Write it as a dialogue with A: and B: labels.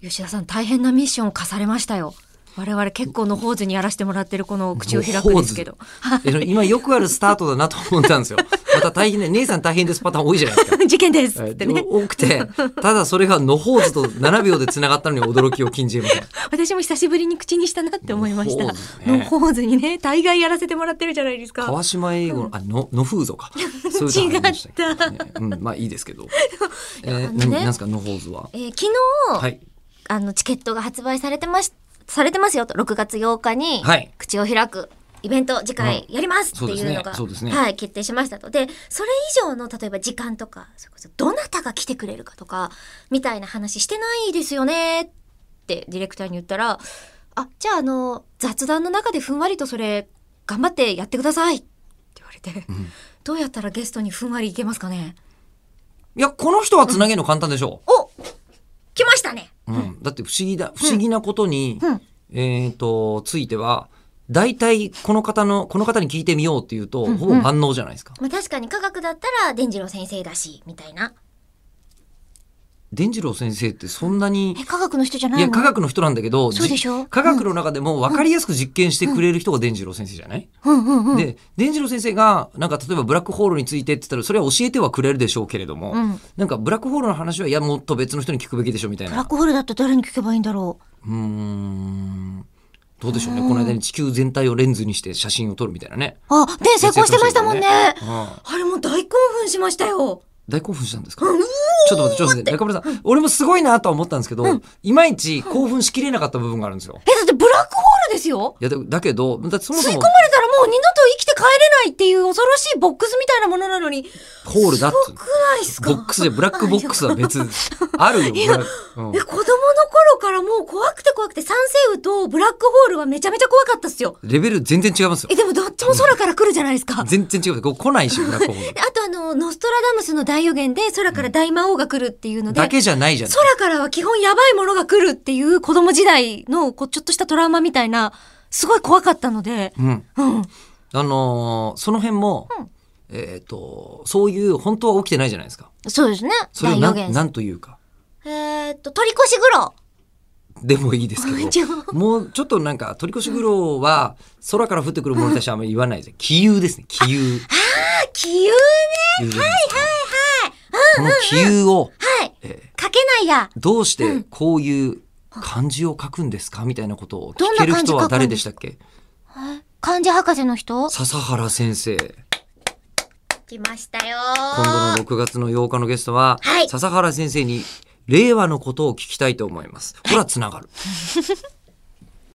A: 吉田さん大変なミッションを課されましたよ我々結構のホーズにやらせてもらってるこの口を開くんですけど
B: えの今よくあるスタートだなと思った んですよ。また大変ね、姉さん大変ですパターン多いじゃないですか。
A: 事件ですっ
B: え
A: てね
B: で多くて、ただそれがのほうずと7秒でつながったのに驚きを禁じ得 ません。
A: 私も久しぶりに口にしたなって思いました
B: のほうずね
A: のホーズにね大概やらせてもらってるじゃないですか
B: 川島英語の、あ、の、の風俗か。そういうのありましたけどね。うん、まあいいで すけど。え
A: の
B: ー、な
A: ね
B: なんですか、のほうずは。
A: えー昨日、
B: はい。
A: あのチケットが発売されてますされてますよと6月8日に
B: はい
A: 口を開くイベント次回やりますっていうのが、
B: うんそうですねそうですね
A: はい決定しましたとでそれ以上の例えば時間とかそれこそどなたが来てくれるかとかみたいな話してないですよねってディレクターに言ったらあじゃああの雑談の中でふんわりとそれ頑張ってやってくださいって言われて、どうやったらゲストにふんわりいけますかね
B: いや、この人はつなげるの簡単でしょ
A: お来ましたね
B: う。うん。だって不思議だ、不思議なことに、
A: うん
B: えっ、と、ついては、大体この方の、この方に聞いてみようっていうと、ほぼ万能じゃないですか。
A: まあ、確かに科学だったら伝次郎先生だしみたいな
B: 伝次郎先生ってそんなに、
A: え科学の人じゃない
B: い
A: の
B: や、科学の人なんだけど、
A: そうでしょ
B: じ科学の中でも分かりやすく実験してくれる人が伝次郎先生じゃない、
A: うんうんうん
B: で、伝次郎先生が、なんか例えばブラックホールについてって言ったら、それは教えてはくれるでしょうけれども、
A: うん
B: なんかブラックホールの話は、いや、もっと別の人に聞くべきでしょみたい
A: ブラッ
B: な。
A: クホールだったら誰に聞けばいいんだろ
B: うーん。どうでしょうね。この間に地球全体をレンズにして写真を撮るみたいなね。
A: うあで成功してましたもんね
B: うん
A: あれもう大興奮しましたよ
B: 大興奮したんですかちょっと待って、ちょっと待って。中村さん、俺もすごいなとは思ったんですけど、いまいち興奮しきれなかった部分があるんですよ。
A: えだってブラックホールですよ
B: いや、だだけど、だってそも
A: 吸い
B: そ
A: 込
B: も
A: まれたらもう二度と生きて帰れないっていう恐ろしいボックスみたいなものなのに
B: ホールだっ
A: す
B: て
A: ご。くないですか
B: ボックスでブラックボックスは 別です。あるよ、ブ
A: いや
B: ラック。うん
A: え子供の頃からもう怖くて怖くて三星雨とブラックホールはめちゃめちゃ怖かったっすよ
B: レベル全然違いますよ
A: え。でもどっちも空から来るじゃないですか
B: 全然違う。こう来ないし、ブラックホー
A: であとあの、ノストラダムスの大予言で空から大魔王が来るっていうの
B: ル。
A: で、
B: だけじゃないじゃん。
A: 空からは基本やばいものが来るっていう子供時代のこうちょっとしたトラウマみたいな、すごい怖かったので、
B: うん。
A: うん。
B: あのーその辺も
A: うん、
B: えっと、そういう本当は起きてないじゃないですか。
A: そうですね。
B: それ
A: 大
B: をな
A: 予
B: ん
A: 言。
B: なんというか。
A: えーっと、取り越し苦労。
B: でもいいですけ
A: 一応
B: ど。もうちょっとなんか、取り越し苦労は、空から降ってくるものに対してあんまり言わないです。気遊ですね。気遊。
A: あ、気憂ね。
B: はいはいはい。この気遊を、
A: はい。
B: えー
A: 書けないや。
B: どうしてこういう漢字を書くんですかみたいなことを聞ける人は誰でしたっけ
A: 漢字博士の人
B: 笹原先生
A: 来ましたよ
B: 今度の6月の8日のゲストは、
A: はい
B: 笹原先生に令和のことを聞きたいと思いますほらつながる